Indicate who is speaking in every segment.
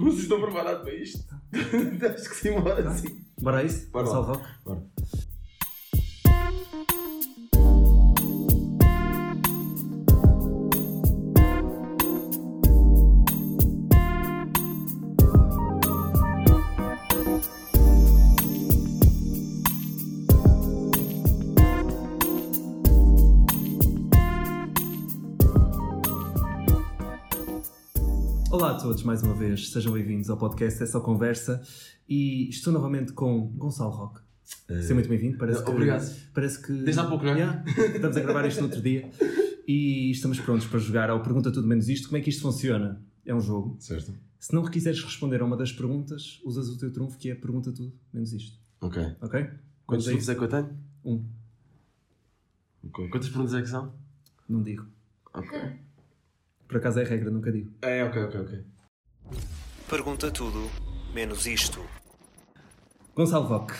Speaker 1: Vocês estão preparados para isto? Acho que sim, bora sim.
Speaker 2: Bora a isso?
Speaker 1: Bora lá.
Speaker 2: Salvar.
Speaker 1: Bora.
Speaker 2: Olá a todos mais uma vez, sejam bem-vindos ao podcast É Só Conversa e estou novamente com Gonçalo Roque.
Speaker 1: Tá.
Speaker 2: Seja muito bem-vindo, parece que.
Speaker 1: Obrigado.
Speaker 2: Parece que.
Speaker 1: Desde há pouco, não é?
Speaker 2: Yeah, estamos a gravar isto no outro dia e estamos prontos para jogar ao Pergunta Tudo Menos Isto. Como é que isto funciona? É um jogo.
Speaker 1: Certo.
Speaker 2: Se não quiseres responder a uma das perguntas, usas o teu trunfo que é Pergunta Tudo Menos Isto.
Speaker 1: Ok.
Speaker 2: Ok?
Speaker 1: Quantos
Speaker 2: Vamos a
Speaker 1: minutos é que eu tenho?
Speaker 2: isso? Um.
Speaker 1: Ok. Quantas perguntas é que são?
Speaker 2: Não digo.
Speaker 1: Ok.
Speaker 2: Por acaso é regra, nunca digo.
Speaker 1: É, ok, ok, ok.
Speaker 3: Pergunta tudo, menos isto.
Speaker 2: Gonçalo Roque,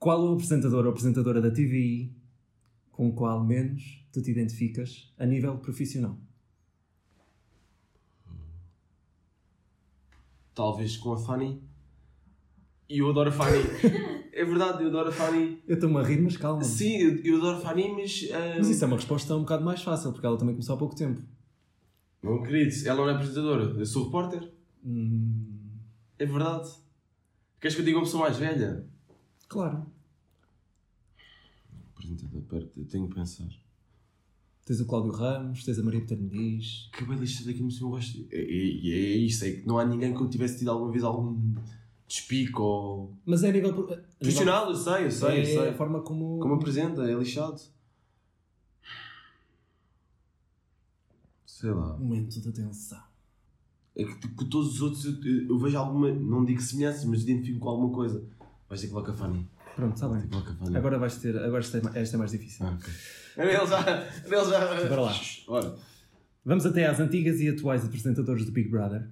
Speaker 2: qual o apresentador ou apresentadora da TVI com o qual menos tu te identificas a nível profissional?
Speaker 1: Talvez com a Fanny. E eu adoro a Fanny. é verdade, eu adoro a Fanny.
Speaker 2: Eu estou-me a rir, mas calma.
Speaker 1: Sim, eu- eu adoro a Fanny, mas. ah,
Speaker 2: Mas isso é uma resposta um bocado mais fácil, porque ela também começou há pouco tempo.
Speaker 1: Não, querido, ela não é apresentadora. Eu sou repórter.
Speaker 2: Hum,
Speaker 1: É verdade. Queres que eu diga uma pessoa mais velha?
Speaker 2: claro.
Speaker 1: Apresentador, pera, eu tenho que pensar.
Speaker 2: Tens o Cláudio Ramos, tens a Maria Betanidis.
Speaker 1: Que bela lista daqui no seu gosto. E e- e é isso, é que não há ninguém que eu tivesse tido alguma vez algum despico ou.
Speaker 2: Mas é a nível. pro- a nível-
Speaker 1: Profissional, eu sei, eu sei, eu
Speaker 2: É
Speaker 1: sei.
Speaker 2: a forma como.
Speaker 1: Como apresenta, é lixado. Sei lá.
Speaker 2: Momento de atenção.
Speaker 1: É que de- que todos os outros eu, eu- eu vejo alguma, não digo semelhanças, mas identifico com alguma coisa. Vais ter que levar com a Fanny.
Speaker 2: Pronto, está
Speaker 1: Vais ter
Speaker 2: bem.
Speaker 1: que levar com a Fanny.
Speaker 2: Agora vais ter. Agora esta é ma- esta é mais difícil.
Speaker 1: Ah, ok. Ele já. Ele já.
Speaker 2: Bora lá.
Speaker 1: Bora.
Speaker 2: Vamos até às antigas e atuais apresentadoras do Big Brother.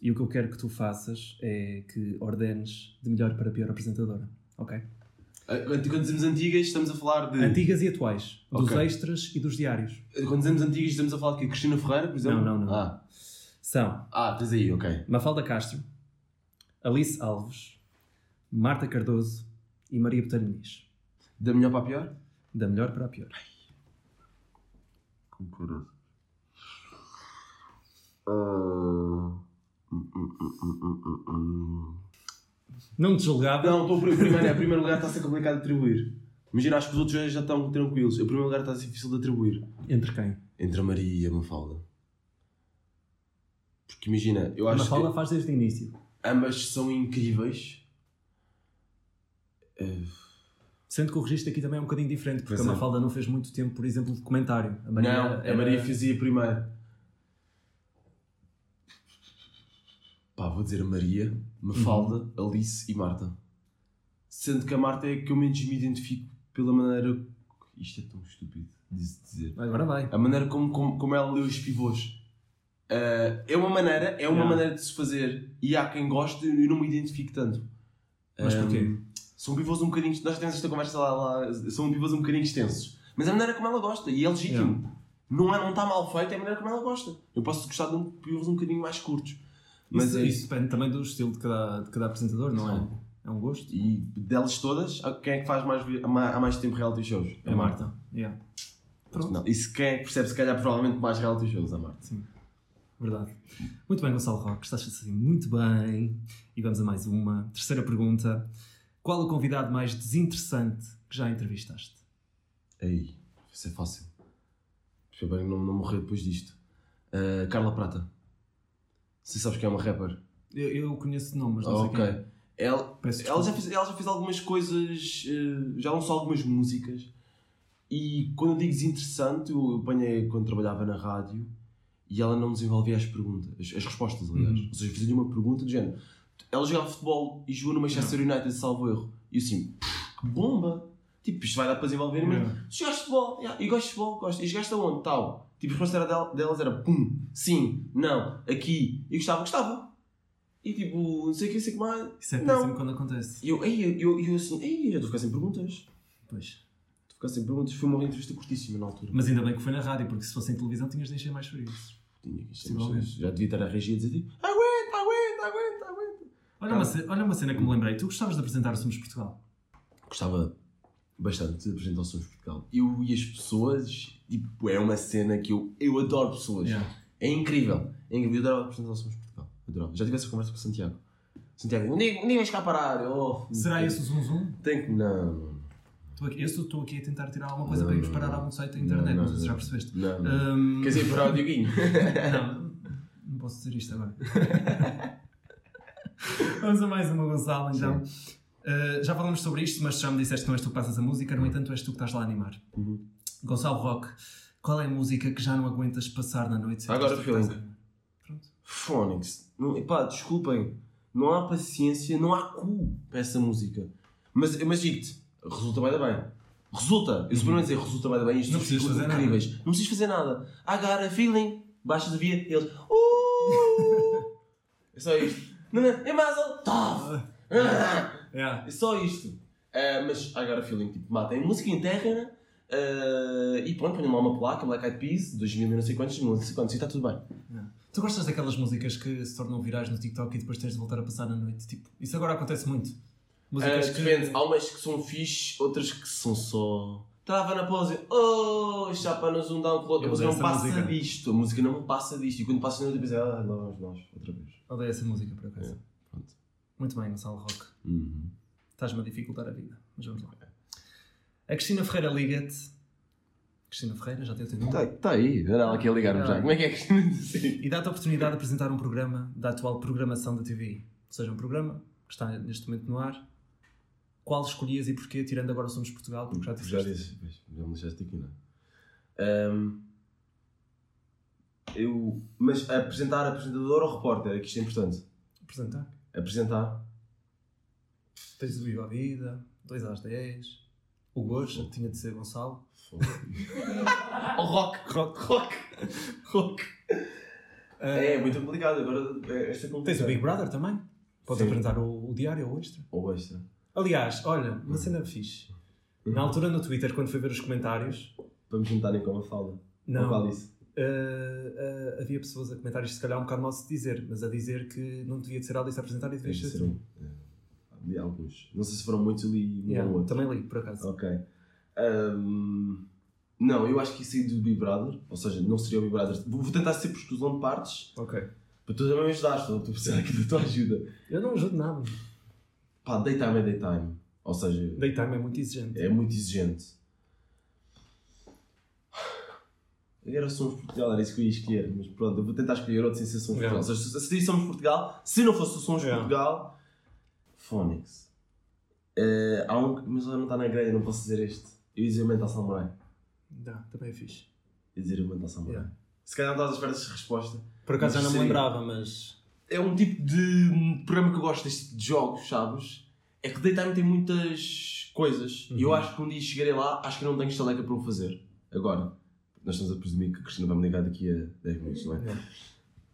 Speaker 2: E o que eu quero que tu faças é que ordenes de melhor para pior apresentadora. Ok?
Speaker 1: Ah, Quando quando dizemos antigas, estamos a falar de.
Speaker 2: Antigas e atuais. Dos
Speaker 1: Ok.
Speaker 2: extras e dos diários.
Speaker 1: Quando dizemos antigas, estamos a falar de quê? Cristina Ferreira, por exemplo?
Speaker 2: Não, não, não.
Speaker 1: Ah,
Speaker 2: São
Speaker 1: ah tens aí, ok.
Speaker 2: Mafalda Castro, Alice Alves, Marta Cardoso e Maria Botelho Muniz.
Speaker 1: Da melhor para a pior?
Speaker 2: Da melhor para a pior.
Speaker 1: Concordo. Ah, hum, hum, hum, hum, hum, hum.
Speaker 2: Não te julgava.
Speaker 1: Não, estou o primeiro, o primeiro lugar está a ser complicado de atribuir. Imagina, acho que os outros já- já estão tranquilos. O primeiro lugar está a ser difícil de atribuir.
Speaker 2: Entre quem?
Speaker 1: Entre a Maria e a Mafalda. Porque imagina, eu
Speaker 2: A
Speaker 1: acho
Speaker 2: Mafalda faz desde o início.
Speaker 1: que ambas são incríveis. Eh,
Speaker 2: Sendo que o registro aqui também é um bocadinho diferente, porque
Speaker 1: Pois
Speaker 2: a
Speaker 1: é.
Speaker 2: Mafalda não fez muito tempo, por exemplo, de comentário. A
Speaker 1: não, a
Speaker 2: era-
Speaker 1: Maria fazia primeiro. Pá, vou dizer a Maria, Mafalda,
Speaker 2: Uhum.
Speaker 1: Alice e Marta. Sendo que a Marta é a que eu menos me identifico pela maneira. Isto é tão estúpido de se dizer.
Speaker 2: Agora vai.
Speaker 1: A maneira como, como, como ela lê os pivôs. Ah, é uma maneira, é uma
Speaker 2: Yeah.
Speaker 1: maneira de se fazer. E há quem goste e eu não me identifico tanto.
Speaker 2: Mas
Speaker 1: Ah,
Speaker 2: porquê?
Speaker 1: São pivôs um bocadinho. Nós temos esta conversa lá, lá, São pivôs um bocadinho extensos. Mas é a maneira como ela gosta e é legítimo. Não é, não está mal feito, é a maneira como ela gosta. Eu posso gostar de um, pivôs um bocadinho mais curtos. Mas
Speaker 2: Mas isso,
Speaker 1: é
Speaker 2: isso depende também do estilo de cada, de cada apresentador, não é? É um gosto.
Speaker 1: E delas todas, há- quem é que faz mais, vi- há ma- há mais tempo reality shows?
Speaker 2: É Marta. Yeah. Pronto.
Speaker 1: Não, isso quem é que percebe, se calhar, provavelmente mais reality shows? A Marta.
Speaker 2: Verdade. Muito bem, Gonçalo Roque, estás a sair muito bem. E vamos a mais uma. Terceira pergunta. Qual o convidado mais desinteressante que já entrevistaste?
Speaker 1: Aí, isso é fácil. Foi bem não, não morrer depois disto. Ah, Carla Prata. Se sabes que é uma rapper.
Speaker 2: Eu, eu conheço de nome, mas não
Speaker 1: Ah,
Speaker 2: sei
Speaker 1: ok.
Speaker 2: quem. é.
Speaker 1: Ela,
Speaker 2: Peço
Speaker 1: ela,
Speaker 2: desculpa.
Speaker 1: já fez, ela já fez algumas coisas, eh, já lançou algumas músicas. E quando eu digo desinteressante, eu eu apanhei quando trabalhava na rádio e ela não desenvolvia as perguntas, as, as respostas, aliás.
Speaker 2: Uhum.
Speaker 1: Ou seja, fazia-lhe uma pergunta do género. Ela jogava futebol e jogou no Manchester United, salvo erro. E eu assim, que bomba! Tipo, isto vai dar para desenvolver, mas
Speaker 2: Yeah.
Speaker 1: se jogaste futebol, yeah, e gosto de futebol, gosto. E jogaste aonde? Tal. Tipo, a resposta era del- delas era pum, sim, não, aqui. E gostava, gostava. E tipo, não sei o que, não sei o que mais.
Speaker 2: Isso é
Speaker 1: Não.
Speaker 2: péssimo quando acontece.
Speaker 1: E eu, ei, eu, eu, eu assim, ei, eu estou a ficar sem perguntas. Estou
Speaker 2: Pois.
Speaker 1: a ficar sem perguntas. Foi uma entrevista curtíssima na altura.
Speaker 2: Hum. Mas ainda bem que foi na rádio, porque se fosse em televisão tinhas de encher mais por isso.
Speaker 1: tinha que isto é
Speaker 2: Possivelmente.
Speaker 1: isto. Já devia estar a reagir e dizer tipo, aguenta, aguenta, aguenta, aguenta.
Speaker 2: Olha,
Speaker 1: Tá.
Speaker 2: uma, ce- olha uma cena que me lembrei. Tu gostavas de apresentar o Sumos Portugal?
Speaker 1: Gostava bastante de apresentações de Portugal. Eu e as pessoas, tipo, é uma cena que eu, eu adoro pessoas.
Speaker 2: Yeah.
Speaker 1: É incrível. É incrível. Eu adorava apresentações de Portugal. Adorava. Já tive essa conversa com o Santiago. Santiago, um dia, um dia vais cá parar. Oh,
Speaker 2: Será
Speaker 1: tem-
Speaker 2: esse o Zoom Zoom?
Speaker 1: Tem que. Não.
Speaker 2: Estou aqui- Eu estou estou aqui a tentar tirar alguma coisa
Speaker 1: Não,
Speaker 2: para irmos
Speaker 1: não,
Speaker 2: parar
Speaker 1: não.
Speaker 2: algum site da internet,
Speaker 1: Não,
Speaker 2: não,
Speaker 1: não,
Speaker 2: sei se já
Speaker 1: não.
Speaker 2: percebeste.
Speaker 1: Não. não.
Speaker 2: Ahm,
Speaker 1: Quer dizer, para o Dioguinho.
Speaker 2: Não, não posso dizer isto agora. Vamos a mais uma, Gonçalo, então. Uh, já falamos sobre isto, mas já me disseste que não és tu que passas a música, no entanto és tu que estás lá a animar.
Speaker 1: Uhum.
Speaker 2: Gonçalo Roque, qual é a música que já não aguentas passar na noite?
Speaker 1: Agora
Speaker 2: Tu que estás a
Speaker 1: feeling.
Speaker 2: animar? Pronto.
Speaker 1: Phonics. Não, epá, desculpem. Não há paciência, não há cu para essa música. Mas, mas digo-te, resulta bem da bem. Resulta. Eu suponho dizer resulta bem da bem. Isto
Speaker 2: Não precisas fazer nada.
Speaker 1: incríveis. Não precisas fazer nada. Agora, feeling. Baixa de via. Eles. Uh! é só isto. Não, não. É mazel. Tof. Ah!
Speaker 2: Yeah.
Speaker 1: É só isto. Ah, mas agora feeling, tipo, matem a música interna ah, e pronto, ponham lá uma placa, Black Eyed Peas, 2000 e não sei quantos, 2000 e não sei quantos, e está tudo bem.
Speaker 2: Tu gostas daquelas músicas que se tornam virais no TikTok e depois tens de voltar a passar na noite? Tipo, isso agora acontece muito.
Speaker 1: Ah,
Speaker 2: Músicas
Speaker 1: depende, há umas que são fixe, outras que são só... Trava na pose, oh, chapa-nos um download, a
Speaker 2: Eu
Speaker 1: música não
Speaker 2: odeio essa
Speaker 1: passa
Speaker 2: música.
Speaker 1: disto, a música não passa disto, e quando passa na outra vez, ah, lá vamos nós, outra vez.
Speaker 2: Odeio essa música, por acaso.
Speaker 1: É, pronto.
Speaker 2: Muito bem, Gonçalo Roque.
Speaker 1: Uhum.
Speaker 2: Estás-me a dificultar a vida, mas vamos lá. A Cristina Ferreira liga-te. Cristina Ferreira, já tem o teu nome.
Speaker 1: Tá, tá aí, era ela que ia ligar-me já, como é que é que... Sim.
Speaker 2: E dá-te a oportunidade de apresentar um programa da atual programação da TV. Ou seja, um programa que está neste momento no ar. Qual escolhias e porquê, tirando agora Somos Portugal, porque já disseste.
Speaker 1: disse, pois, já me deixaste aqui, não é? Ahm, eu, mas apresentar apresentador ou repórter, é que isto é importante.
Speaker 2: Apresentar.
Speaker 1: Apresentar.
Speaker 2: Tens o Viva a Vida, 2 às 10. O Gosto, tinha de ser Gonçalo.
Speaker 1: Ou rock, rock, rock, rock. É
Speaker 2: Ah,
Speaker 1: muito complicado, agora é, esta é
Speaker 2: Tens o Big
Speaker 1: complicada.
Speaker 2: Brother também. Podes
Speaker 1: Sim.
Speaker 2: apresentar o, o Diário ou o Extra.
Speaker 1: Ou extra.
Speaker 2: Aliás, olha, uma cena fixe. Na
Speaker 1: Uhum.
Speaker 2: altura no Twitter, quando fui ver os comentários,
Speaker 1: Vamos juntarem com a falda.
Speaker 2: não,
Speaker 1: Qual isso?
Speaker 2: ah, ah, havia pessoas a comentar isto, se calhar um bocado mal se dizer, mas a dizer que não devia de ser Alice a apresentar e devia
Speaker 1: Deve
Speaker 2: ser
Speaker 1: ser
Speaker 2: tu.
Speaker 1: um. é, Li alguns. Não sei se foram muitos, eu li um
Speaker 2: Yeah,
Speaker 1: ou outro. Ah.
Speaker 2: também li, por acaso.
Speaker 1: Ok. Ahm, não, eu acho que isso aí do Big Brother, ou seja, não seria o Big Brother. Vou vou tentar ser por exclusão de partes,
Speaker 2: Ok.
Speaker 1: Para tu também me ajudares, estou a precisar aqui da tua ajuda.
Speaker 2: Eu não ajudo nada.
Speaker 1: Pá, daytime é daytime. Ou seja,
Speaker 2: Daytime é muito exigente.
Speaker 1: é muito exigente. Agora somos Portugal, era isso que eu ia escolher, mas pronto, eu vou tentar escolher outro sem ser Somos Portugal.
Speaker 2: Yeah.
Speaker 1: Ou seja, se- se diz Somos Portugal, se não fosse o Somos
Speaker 2: Yeah.
Speaker 1: Portugal, Phonics. há um, mas ele não está na grelha, não posso dizer este. Eu ia dizer o Mental Samurai.
Speaker 2: Dá, também é fixe.
Speaker 1: Eu ia dizer o Mental Samurai.
Speaker 2: Yeah.
Speaker 1: Se calhar não estás à espera dessa resposta.
Speaker 2: Por acaso já
Speaker 1: Mas
Speaker 2: não me
Speaker 1: seria-
Speaker 2: lembrava, mas.
Speaker 1: é um tipo de hum, programa que eu gosto deste tipo de jogos, sabes? É que daytime tem muitas coisas. E eu
Speaker 2: Uhum.
Speaker 1: acho que um dia chegarei lá, acho que não tenho estaleca para o fazer. Agora, nós estamos a presumir que a Cristina vai me ligar daqui a 10 minutos, não é?
Speaker 2: Não.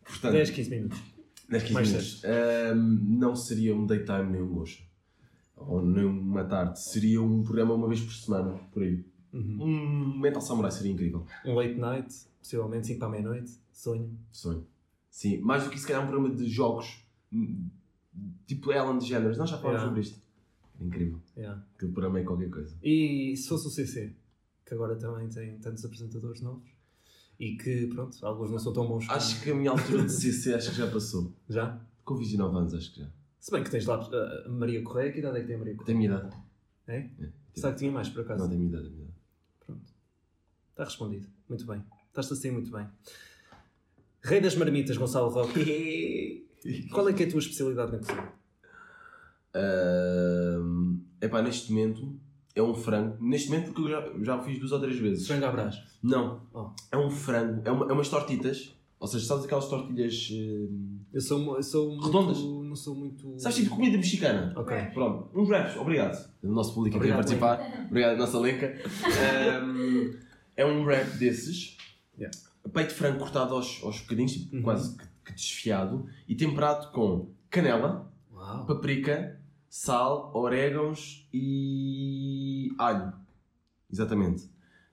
Speaker 1: Portanto, 10,
Speaker 2: 10, 15 minutos.
Speaker 1: 15
Speaker 2: mais
Speaker 1: minutos. Hum, não seria um daytime nem um gocha. Ou nem uma tarde. Seria um programa uma vez por semana, por aí.
Speaker 2: Uhum.
Speaker 1: Um Mental Samurai seria incrível.
Speaker 2: Um late night, possivelmente 5 para a meia-noite. Sonho.
Speaker 1: Sonho. Sim, mais do que se calhar um programa de jogos. hum, Tipo Ellen de Géneros. Nós já falámos
Speaker 2: Yeah.
Speaker 1: sobre isto. Era incrível.
Speaker 2: Yeah.
Speaker 1: Aquele programa é qualquer coisa.
Speaker 2: E se fosse o CC, que agora também tem tantos apresentadores novos e que, pronto, alguns não são tão bons como-
Speaker 1: Acho que a minha altura de CC acho que já passou.
Speaker 2: Já?
Speaker 1: Com 29 anos, acho que já.
Speaker 2: Se bem que tens lá a Maria Correia, que idade é que tem a Maria
Speaker 1: Tem a
Speaker 2: Correia?
Speaker 1: minha idade.
Speaker 2: Será que tinha mais, por
Speaker 1: Não,
Speaker 2: acaso?
Speaker 1: tem a minha idade, a minha idade.
Speaker 2: Pronto. Está respondido. Muito bem. Estás-te a sair muito bem. Rei das marmitas, Gonçalo Roque. Qual é que é a tua especialidade na cozinha?
Speaker 1: Ahm, epá, neste momento é um frango. Neste momento porque eu já, já o fiz duas ou três vezes.
Speaker 2: Frango à brás.
Speaker 1: Não.
Speaker 2: Oh.
Speaker 1: É um frango. É, uma, é umas tortitas. Ou seja, sabes aquelas tortilhas... hum,
Speaker 2: Eu sou, mu- eu sou muito...
Speaker 1: Redondas?
Speaker 2: Não sou muito...
Speaker 1: sabes tipo comida mexicana?
Speaker 2: Ok.
Speaker 1: Pronto. Uns wraps. Obrigado. O nosso público aqui a
Speaker 2: Obrigado,
Speaker 1: participar. Obrigado, a nossa lenca. Ahm, é um wrap desses.
Speaker 2: Yeah.
Speaker 1: Peito de frango cortado aos, aos bocadinhos, tipo,
Speaker 2: Uhum.
Speaker 1: quase que, que desfiado. E temperado com canela,
Speaker 2: Uau.
Speaker 1: paprika, sal, orégãos e alho. Exatamente.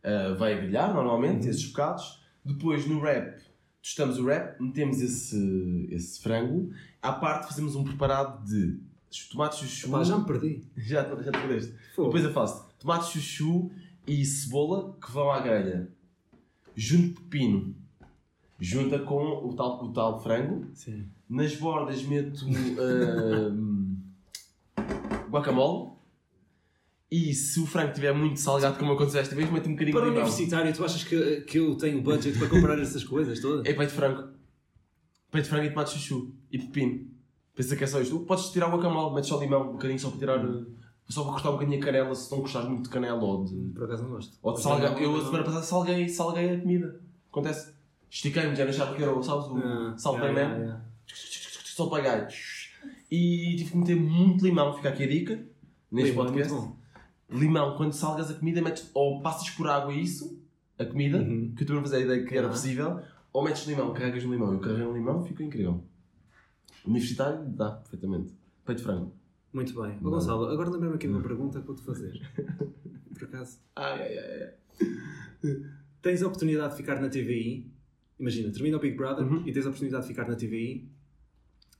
Speaker 1: Ah, vai a grelhar normalmente,
Speaker 2: Uhum.
Speaker 1: esses bocados. Depois no wrap tostamos o wrap, metemos esse, esse frango, à parte fazemos um preparado de tomates chuchu.
Speaker 2: Pá, já me perdi.
Speaker 1: já, já te perdeste.
Speaker 2: Fogo.
Speaker 1: Depois eu faço tomate chuchu e cebola que vão à grelha. Junto pepino. Junta com o tal, o tal frango.
Speaker 2: Sim.
Speaker 1: Nas bordas meto ahm, guacamole. E se o frango estiver muito salgado, como aconteceu esta vez, meto um bocadinho
Speaker 2: Para é o
Speaker 1: de limão.
Speaker 2: universitário, tu achas que, que eu tenho budget para comprar essas coisas todas?
Speaker 1: É peito de frango. Peito de frango e tomate chuchu. E pepino. Pensa que é só isto. Podes tirar o guacamole, metes só limão, um bocadinho só para tirar...
Speaker 2: Hum,
Speaker 1: eh, Só para cortar um bocadinho a canela, se não gostares muito de canela ou de...
Speaker 2: Por acaso é, não gosto.
Speaker 1: eh, Ou de salga. Eu a semana passada salguei, salguei a comida. Acontece. Estiquei-me, já não achava que era o sabes, o salguei
Speaker 2: é,
Speaker 1: mesmo.
Speaker 2: é, é.
Speaker 1: Só paguei. E tive que meter muito limão, fica aqui a dica, neste
Speaker 2: Limão é
Speaker 1: podcast.
Speaker 2: muito bom.
Speaker 1: Limão, quando salgas a comida, metes ou passas por água isso, a comida,
Speaker 2: Uhum.
Speaker 1: que eu também não fazia ideia que era
Speaker 2: Ah.
Speaker 1: possível, ou metes limão, carregas no limão. Eu carreguei no limão, ficou incrível. Universitário, dá, perfeitamente. Peito de frango.
Speaker 2: Muito bem. Ó,
Speaker 1: Não.
Speaker 2: Gonçalo, agora lembrei-me aqui de
Speaker 1: Uhum.
Speaker 2: uma pergunta que vou-te fazer. Por acaso.
Speaker 1: Ai, ai, ai. ai.
Speaker 2: Tens a oportunidade de ficar na TVI. Imagina, termina o Big Brother
Speaker 1: Uhum.
Speaker 2: e tens a oportunidade de ficar na TVI,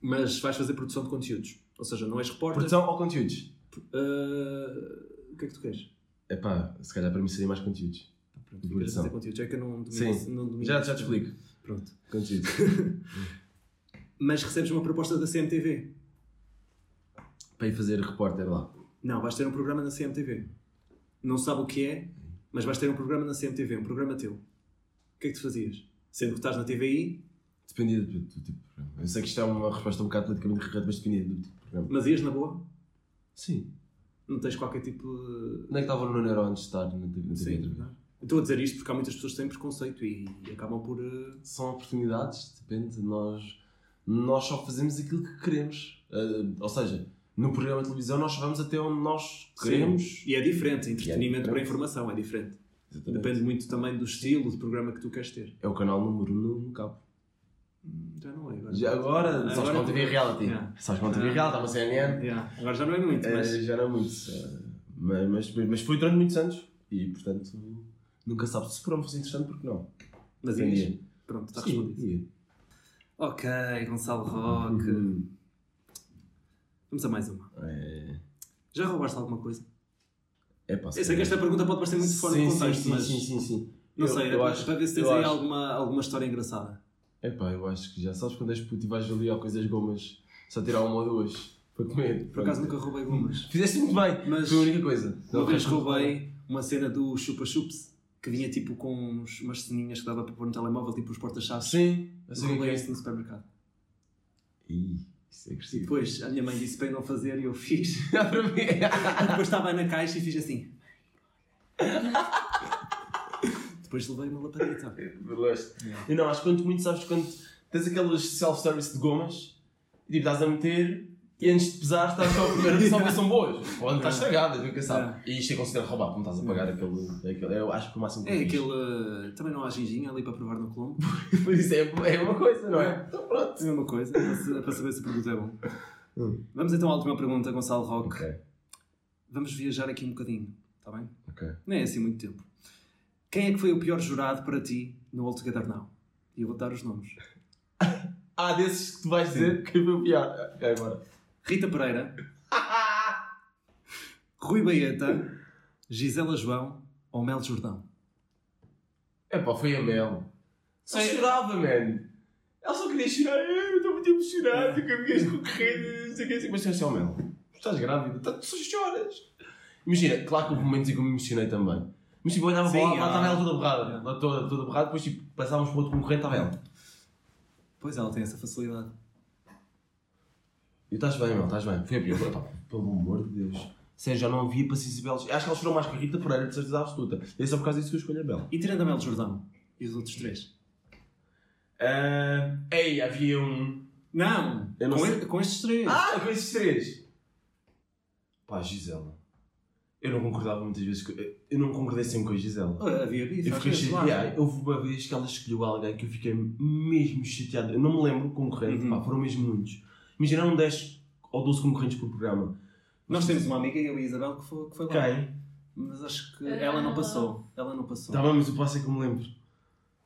Speaker 2: mas vais fazer produção de conteúdos. Ou seja, não és repórter.
Speaker 1: Produção ou conteúdos?
Speaker 2: Ah, o que é que tu queres?
Speaker 1: Epá, se calhar para mim seria mais conteúdos.
Speaker 2: Pronto, tu queres
Speaker 1: Produção.
Speaker 2: fazer conteúdos. É que eu não domino.
Speaker 1: Sim.
Speaker 2: esse- não domino
Speaker 1: Já,
Speaker 2: esse
Speaker 1: já te
Speaker 2: tema.
Speaker 1: explico.
Speaker 2: Pronto.
Speaker 1: Conteúdos.
Speaker 2: Mas recebes uma proposta da CMTV.
Speaker 1: para ir fazer repórter lá.
Speaker 2: Não, vais ter um programa na CMTV. Não sabe o que é, mas vais ter um programa na CMTV, um programa teu. O que é que tu fazias? Sendo que estás na TVI,
Speaker 1: Dependia do, do tipo de programa. Eu sei que isto é uma resposta um bocado politicamente correta, mas dependia do tipo de programa.
Speaker 2: mas ias na boa?
Speaker 1: Sim.
Speaker 2: Não tens qualquer tipo de
Speaker 1: Onde é que estava o Nuno Herói antes de estar na TV?
Speaker 2: Sim,
Speaker 1: Sim.
Speaker 2: verdade. Eu Estou a dizer isto porque há muitas pessoas que têm preconceito e, e acabam por. eh,
Speaker 1: São oportunidades, depende. Nós, nós só fazemos aquilo que queremos. Ah, ou seja, no programa de televisão nós só vamos até onde nós queremos.
Speaker 2: E é diferente, entretenimento para
Speaker 1: diferente.
Speaker 2: informação é diferente.
Speaker 1: Exatamente.
Speaker 2: Depende muito também do estilo de programa que tu queres ter.
Speaker 1: É o canal número 1 no, no cabo.
Speaker 2: Hum, Já não é agora.
Speaker 1: Já agora, só
Speaker 2: Agora-
Speaker 1: com TV é reality.
Speaker 2: Yeah.
Speaker 1: Só com TV é reality, está uma CNN.
Speaker 2: Yeah, Agora já não é muito,
Speaker 1: Eh,
Speaker 2: mas.
Speaker 1: já não é muito. eh, mas, mas, mas foi durante muitos anos. E portanto, nunca sabe se o programa fosse interessante, porque não.
Speaker 2: Mas
Speaker 1: Entendi.
Speaker 2: ias. Pronto, está
Speaker 1: Sim,
Speaker 2: respondido. Oh,
Speaker 1: ia.
Speaker 2: Ok, Gonçalo Roque.
Speaker 1: Uhum.
Speaker 2: Vamos a mais uma.
Speaker 1: É,
Speaker 2: Já roubaste alguma coisa?
Speaker 1: é pá,
Speaker 2: Eu sei que esta pergunta pode parecer muito fora
Speaker 1: sim,
Speaker 2: do contexto,
Speaker 1: sim,
Speaker 2: mas.
Speaker 1: Sim, sim, sim.
Speaker 2: Não
Speaker 1: Eu- eu
Speaker 2: sei, era para-
Speaker 1: acho-
Speaker 2: para ver se tens
Speaker 1: eu
Speaker 2: aí
Speaker 1: acho.
Speaker 2: alguma, alguma história engraçada.
Speaker 1: É pá, eu acho que já sabes quando és puto e vais ali ao coisas gomas, só tirar uma ou duas para comer.
Speaker 2: Por acaso
Speaker 1: Pronto.
Speaker 2: nunca roubei gomas.
Speaker 1: Fizeste muito bem,
Speaker 2: Mas-
Speaker 1: foi a única coisa.
Speaker 2: Uma
Speaker 1: Não,
Speaker 2: vez
Speaker 1: foi-
Speaker 2: roubei uma cena do Chupa Chups que vinha tipo com uns, umas ceninhas que dava para pôr no telemóvel, tipo os porta-chaves.
Speaker 1: Sim, eu sei o que
Speaker 2: Roubei
Speaker 1: é.
Speaker 2: isso no supermercado.
Speaker 1: Ih, isso é
Speaker 2: E
Speaker 1: agressivo.
Speaker 2: depois a minha mãe disse para eu não fazer e eu fiz.
Speaker 1: Dá para mim.
Speaker 2: E depois estava na caixa e fiz assim. depois levei uma lapadita.
Speaker 1: Relaxa. Eu não, acho que quanto muito sabes quando tens aquelas self-service de gomas e tipo estás a meter e antes de pesar estás só a primeira pessoa que são boas. Ou não estás estragadas, nunca sabe. E isto é considerado roubar, como estás a pagar aquele, aquele. Eu acho que o máximo que eu
Speaker 2: É
Speaker 1: fiz.
Speaker 2: aquele. uh, Também não há ginginha ali para provar no Colombo.
Speaker 1: Por isso é, é uma coisa, não é? Então pronto.
Speaker 2: É a mesma coisa, para se- para saber se o produto é bom.
Speaker 1: Hum.
Speaker 2: Vamos então à última pergunta, Gonçalo Roque.
Speaker 1: Ok,
Speaker 2: Vamos viajar aqui um bocadinho, está bem?
Speaker 1: ok.
Speaker 2: Não é assim muito tempo. Quem é que foi o pior jurado para ti no All Together Now? E eu vou dar os nomes.
Speaker 1: Há desses que tu vais dizer que foi o pior. É agora.
Speaker 2: Rita Pereira, Rui Baeta, Gisela João ou Mel Jordão?
Speaker 1: É pá, foi a Mel. Só
Speaker 2: Ai.
Speaker 1: chorava, man. Ela só queria chorar. "Ai, Eu estou muito emocionado, eu que vieste com o carreiro, não sei o que. Mas é só Mel. Estás grávida, tá- tu só choras. Imagina, claro que houve momentos em que eu me emocionei também. Mas tipo, eu olhava
Speaker 2: Sim,
Speaker 1: para lá, lá
Speaker 2: ah.
Speaker 1: estava ela toda borrada. Lá toda, toda borrada, depois tipo, passávamos para outro concorrente, estava ela.
Speaker 2: Pois ela tem essa facilidade.
Speaker 1: E estás bem, Mel, estás bem. Foi a pior. Epá, Pelo amor de Deus. Sério, já não havia paciência belas. Acho que elas foram mais que a Rita Pereira, de certeza absoluta. E é só por causa disso que eu escolho a Mel.
Speaker 2: E tirando a Mel Jordão e os outros três?
Speaker 1: Ah, ei, havia um.
Speaker 2: Não!
Speaker 1: Eu não
Speaker 2: com,
Speaker 1: sei.
Speaker 2: e- com estes três!
Speaker 1: Ah, com esses três! Pá, Gisela. Eu não concordava muitas vezes com. eh, Eu não concordei sempre com a Gisela.
Speaker 2: Ah, havia bife,
Speaker 1: Eu
Speaker 2: às
Speaker 1: fiquei
Speaker 2: vezes, lá.
Speaker 1: chateado. Yeah, houve uma vez que ela escolheu alguém que eu fiquei mesmo chateado. Eu não me lembro concorrente,
Speaker 2: Uhum.
Speaker 1: pá, foram mesmo muitos. Imagina, eram 10 ou 12 concorrentes por programa.
Speaker 2: Nós temos uma amiga, eu e a Isabel, que foi, que foi lá.
Speaker 1: Quem?
Speaker 2: Mas acho que ela não passou. Ela não passou.
Speaker 1: Tá Estava, mas eu posso é que eu me lembro.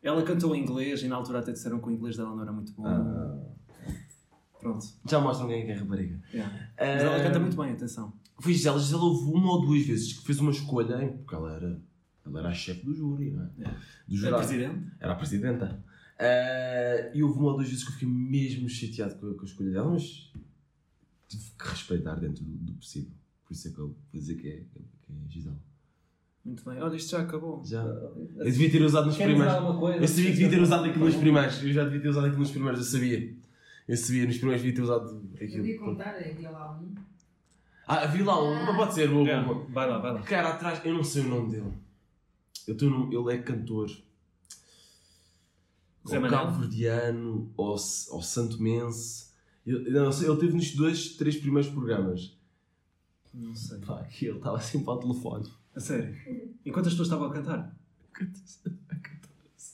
Speaker 2: Ela cantou em inglês e na altura até disseram que o inglês dela não era muito bom.
Speaker 1: Ah.
Speaker 2: Pronto.
Speaker 1: Já mostram quem é que é a rapariga. Ah,
Speaker 2: yeah. Mas ela canta muito bem, atenção.
Speaker 1: Foi Gisela, Gisela houve uma ou duas vezes que fez uma escolha, hein, porque ela era, ela era a chefe do júri, não é?
Speaker 2: É.
Speaker 1: Do
Speaker 2: É
Speaker 1: jurado.
Speaker 2: presidente?
Speaker 1: Era a presidenta. Eh, e houve uma ou duas vezes que eu fiquei mesmo chateado com a, com a escolha dela, mas tive que respeitar dentro do, do possível. Por isso é que eu vou dizer que é, que é Gisela.
Speaker 2: Muito bem. Olha, isto já acabou.
Speaker 1: Já. Eu devia ter usado nos
Speaker 2: Quer dizer
Speaker 1: primeiros.
Speaker 2: alguma coisa?
Speaker 1: Eu sabia que devia ter usado aquilo nos primeiros. Eu já devia ter usado aquilo nos primeiros, eu sabia. Eu sabia, nos primeiros devia ter usado
Speaker 4: Eu ia
Speaker 1: aquilo.
Speaker 4: contar, havia lá um.
Speaker 1: Ah, havia lá um, mas pode ser, boa, boa, boa.
Speaker 2: Yeah. Vai lá, vai lá.
Speaker 1: Cara, atrás, eu não sei o nome dele. Eu tô no, ele é cantor.
Speaker 2: Zé
Speaker 1: ou
Speaker 2: Manel?
Speaker 1: cabo-verdiano, ou, s- ou santomense. Eu, eu não sei, ele teve nos dois, três primeiros programas.
Speaker 2: Não sei.
Speaker 1: Pá, que ele estava sempre ao telefone.
Speaker 2: A sério. Enquanto as pessoas estavam a cantar.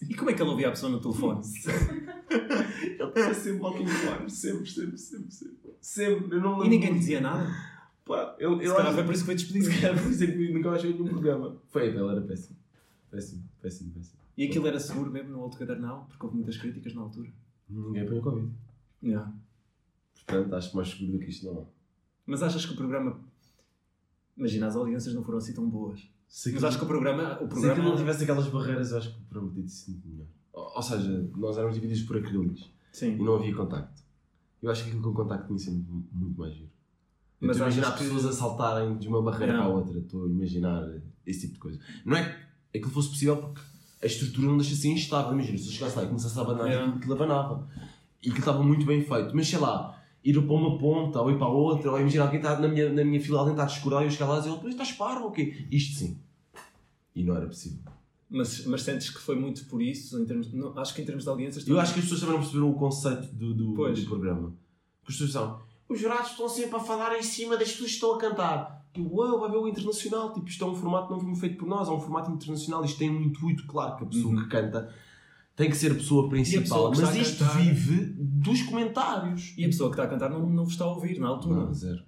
Speaker 2: E como é que ele ouvia a pessoa no telefone?
Speaker 1: Ele estava sempre ao telefone, sempre, sempre, sempre, sempre. Sempre, eu não lembro.
Speaker 2: E ninguém lhe dizia nada?
Speaker 1: Pá, eu,
Speaker 2: Se
Speaker 1: eu
Speaker 2: calhar
Speaker 1: acho-
Speaker 2: foi por isso que foi despedido.
Speaker 1: se calhar por isso é que nunca mais veio nenhum programa. Foi, ele era péssimo. Péssimo, péssimo, péssimo.
Speaker 2: E aquilo era seguro mesmo no Alto Cadernal, porque houve muitas críticas na altura.
Speaker 1: Ninguém apanhou Covid. Portanto, acho mais seguro do que isto não há.
Speaker 2: Mas achas que o programa. Imagina, as audiências não foram assim tão boas.
Speaker 1: Se
Speaker 2: Mas
Speaker 1: aquilo-
Speaker 2: acho que o programa. O
Speaker 1: Se aquilo não
Speaker 2: programa
Speaker 1: tivesse aquelas barreiras, eu acho que o programa podia ter sido melhor. Ou, ou seja, nós éramos divididos por acrílicos e
Speaker 2: sim.
Speaker 1: não havia contacto. Eu acho que aquilo com contacto tinha sido mu- muito mais giro. Eu
Speaker 2: Mas
Speaker 1: estou a imaginar
Speaker 2: achas que-
Speaker 1: pessoas a saltarem de uma barreira
Speaker 2: Não.
Speaker 1: para a outra, estou a imaginar esse tipo de coisa. Não é que aquilo fosse possível porque a estrutura não deixa assim instável. Imagina, se eu chegasse lá e começasse a abanar,
Speaker 2: Yeah.
Speaker 1: aquilo aquilo abanava. E aquilo estava muito bem feito. Mas sei lá, ir para uma ponta ou ir para a outra, ou imagina alguém estar na minha, na minha fila tá a tentar escurar e eu chegar lá e dizer, "Mas estás parvo ou quê? Isto sim. E não era possível.
Speaker 2: Mas, mas sentes que foi muito por isso? Em termos, não, acho que em termos de audiências.
Speaker 1: Eu acho que as pessoas também não perceberam o conceito do, do,
Speaker 2: Pois.
Speaker 1: do programa. Porque as pessoas são, os jurados estão sempre a falar em cima das pessoas que estão a cantar. E uau, vai ver o internacional. Tipo, isto é um formato que não foi feito por nós, é um formato internacional. Isto tem um intuito, claro, que a pessoa
Speaker 2: Uhum.
Speaker 1: que canta tem que ser a pessoa principal.
Speaker 2: pessoa que
Speaker 1: mas
Speaker 2: está a
Speaker 1: isto
Speaker 2: cantar-
Speaker 1: vive dos comentários.
Speaker 2: E a pessoa que está a cantar não, não vos está a ouvir na altura.
Speaker 1: Não, zero.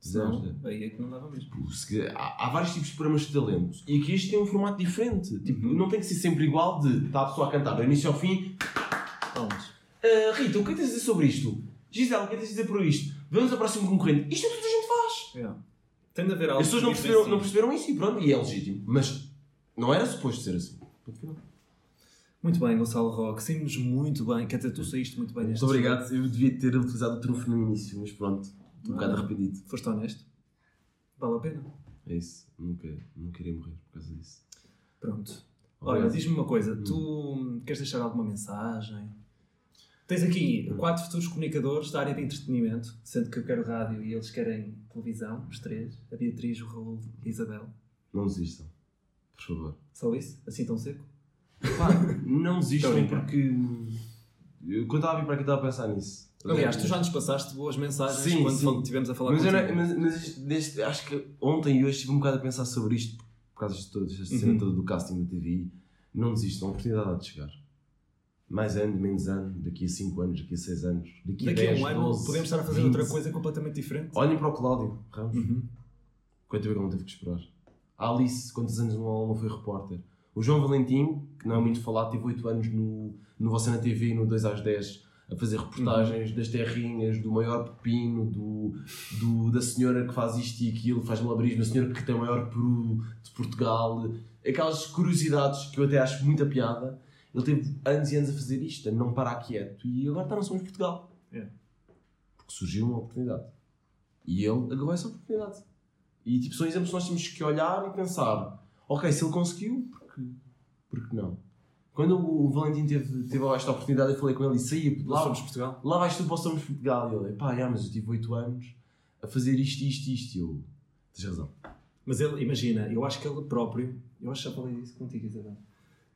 Speaker 1: Zero, zero.
Speaker 2: Não, aí é que não dava mesmo.
Speaker 1: Tipo, se- há, há vários tipos de programas de talento e aqui isto tem um formato diferente. Tipo,
Speaker 2: Uhum.
Speaker 1: não tem que ser sempre igual de está a pessoa a cantar do início ao fim,
Speaker 2: Palmas.
Speaker 1: Ah, Rita, o que é que tens a dizer sobre isto? Gisela, o que é que tens a dizer por isto? Vamos ao próximo concorrente. Isto é tudo que a gente faz.
Speaker 2: Yeah. Tem de haver algo.
Speaker 1: As pessoas não perceberam, não perceberam isso e pronto, e é legítimo. Mas não era suposto ser assim. Ponto final.
Speaker 2: Muito bem, Gonçalo Roque. Saímos muito bem. Quer dizer, tu saíste muito bem neste.
Speaker 1: Muito obrigado. Eu devia ter utilizado o trunfo no início, mas pronto. Estou um bocado arrependido.
Speaker 2: Foste honesto. Vale a pena.
Speaker 1: É isso. Nunca, nunca irei morrer por causa disso.
Speaker 2: Pronto. Olha, diz-me uma coisa,
Speaker 1: hum.
Speaker 2: tu hum, queres deixar alguma mensagem? Tens
Speaker 1: Hum.
Speaker 2: aqui quatro futuros comunicadores da área de entretenimento, sendo que eu quero rádio e eles querem televisão, os três, a Beatriz, o Raul e a Isabel.
Speaker 1: Não desistam. Por favor.
Speaker 2: Só isso? Assim tão seco?
Speaker 1: Pá, não
Speaker 2: Estou a
Speaker 1: desistam
Speaker 2: brincar.
Speaker 1: porque... eu- Quando estava a vir para aqui estava a pensar nisso.
Speaker 2: Aliás, tu já nos passaste boas mensagens
Speaker 1: Sim,
Speaker 2: quando
Speaker 1: sim.
Speaker 2: fal- estivemos a falar
Speaker 1: Mas, eu
Speaker 2: contigo.
Speaker 1: não- mas, mas isto- deste- acho que ontem e hoje estive um bocado a pensar sobre isto por causa de toda esta cena
Speaker 2: Uhum.
Speaker 1: toda do casting da TV. Não desistam, a oportunidade há de chegar. Mais ano, menos ano, daqui a 5 anos, daqui a 6 anos, daqui,
Speaker 2: Daqui a
Speaker 1: 10,
Speaker 2: um ano
Speaker 1: 12,
Speaker 2: podemos estar a fazer
Speaker 1: 20.
Speaker 2: outra coisa completamente diferente.
Speaker 1: Olhem para o Cláudio Ramos,
Speaker 2: Uhum.
Speaker 1: quanto tempo é que ele não teve que esperar? A Alice, quantos anos não, não foi repórter? O João Valentim, que não é muito falado, teve 8 anos no, no Você na TV, no 2 às 10, a fazer reportagens das terrinhas, do maior pepino, do, do- da senhora que faz isto e aquilo, faz malabarismo, a senhora que tem o maior peru de Portugal, aquelas curiosidades que eu até acho muita piada. Ele teve anos e anos a fazer isto, a não parar quieto, e agora está no Somos Portugal.
Speaker 2: É.
Speaker 1: Porque surgiu uma oportunidade. E ele agarrou essa oportunidade. E tipo, são exemplos que nós temos que olhar e pensar: ok, se ele conseguiu, porque, porque não? Quando o Valentim teve, teve esta oportunidade, eu falei com ele e saía,
Speaker 2: Lá
Speaker 1: lá,
Speaker 2: somos Portugal.
Speaker 1: lá vais tu para o Somos Portugal. E ele, pá, já, mas eu tive 8 anos a fazer isto, isto, isto. E eu, tens razão.
Speaker 2: Mas ele, imagina, eu acho que ele próprio, eu acho que já falei disso contigo, Isabel,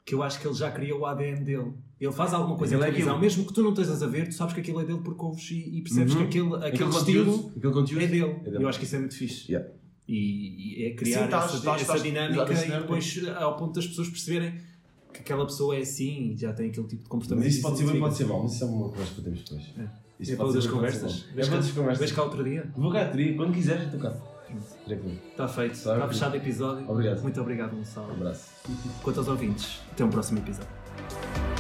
Speaker 2: que eu acho que ele já criou o ADN dele. Ele faz alguma coisa em
Speaker 1: Ele é
Speaker 2: televisão,
Speaker 1: aquilo.
Speaker 2: mesmo que tu não estejas a ver, tu sabes que aquilo é dele porque ouves e, e percebes
Speaker 1: Uhum.
Speaker 2: que aquele, aquele,
Speaker 1: conteúdo,
Speaker 2: estilo
Speaker 1: aquele conteúdo
Speaker 2: é dele.
Speaker 1: dele.
Speaker 2: Eu acho que isso é muito fixe.
Speaker 1: Yeah.
Speaker 2: E, e é criar
Speaker 1: Sim, estás-
Speaker 2: essa,
Speaker 1: estás-
Speaker 2: essa
Speaker 1: estás-
Speaker 2: dinâmica
Speaker 1: exato, essa
Speaker 2: e depois eh, ao ponto das pessoas perceberem que aquela pessoa é assim e já tem aquele tipo de comportamento.
Speaker 1: Mas isso pode ser bem, pode
Speaker 2: identifica-se.
Speaker 1: ser mal, mas isso é uma coisa que podemos depois.
Speaker 2: É para outras conversas.
Speaker 1: É para
Speaker 2: Vês cá-
Speaker 1: outras
Speaker 2: Vês
Speaker 1: conversas.
Speaker 2: cá outro dia?
Speaker 1: Vou cá, tri, quando quiseres, estou cá. Tranquilo.
Speaker 2: Está feito.
Speaker 1: Sabe?
Speaker 2: Está fechado o episódio.
Speaker 1: Tá Obrigado.
Speaker 2: Muito obrigado, Gonçalo.
Speaker 1: Um abraço.
Speaker 2: Quanto aos ouvintes, até um próximo episódio.
Speaker 3: Rádio.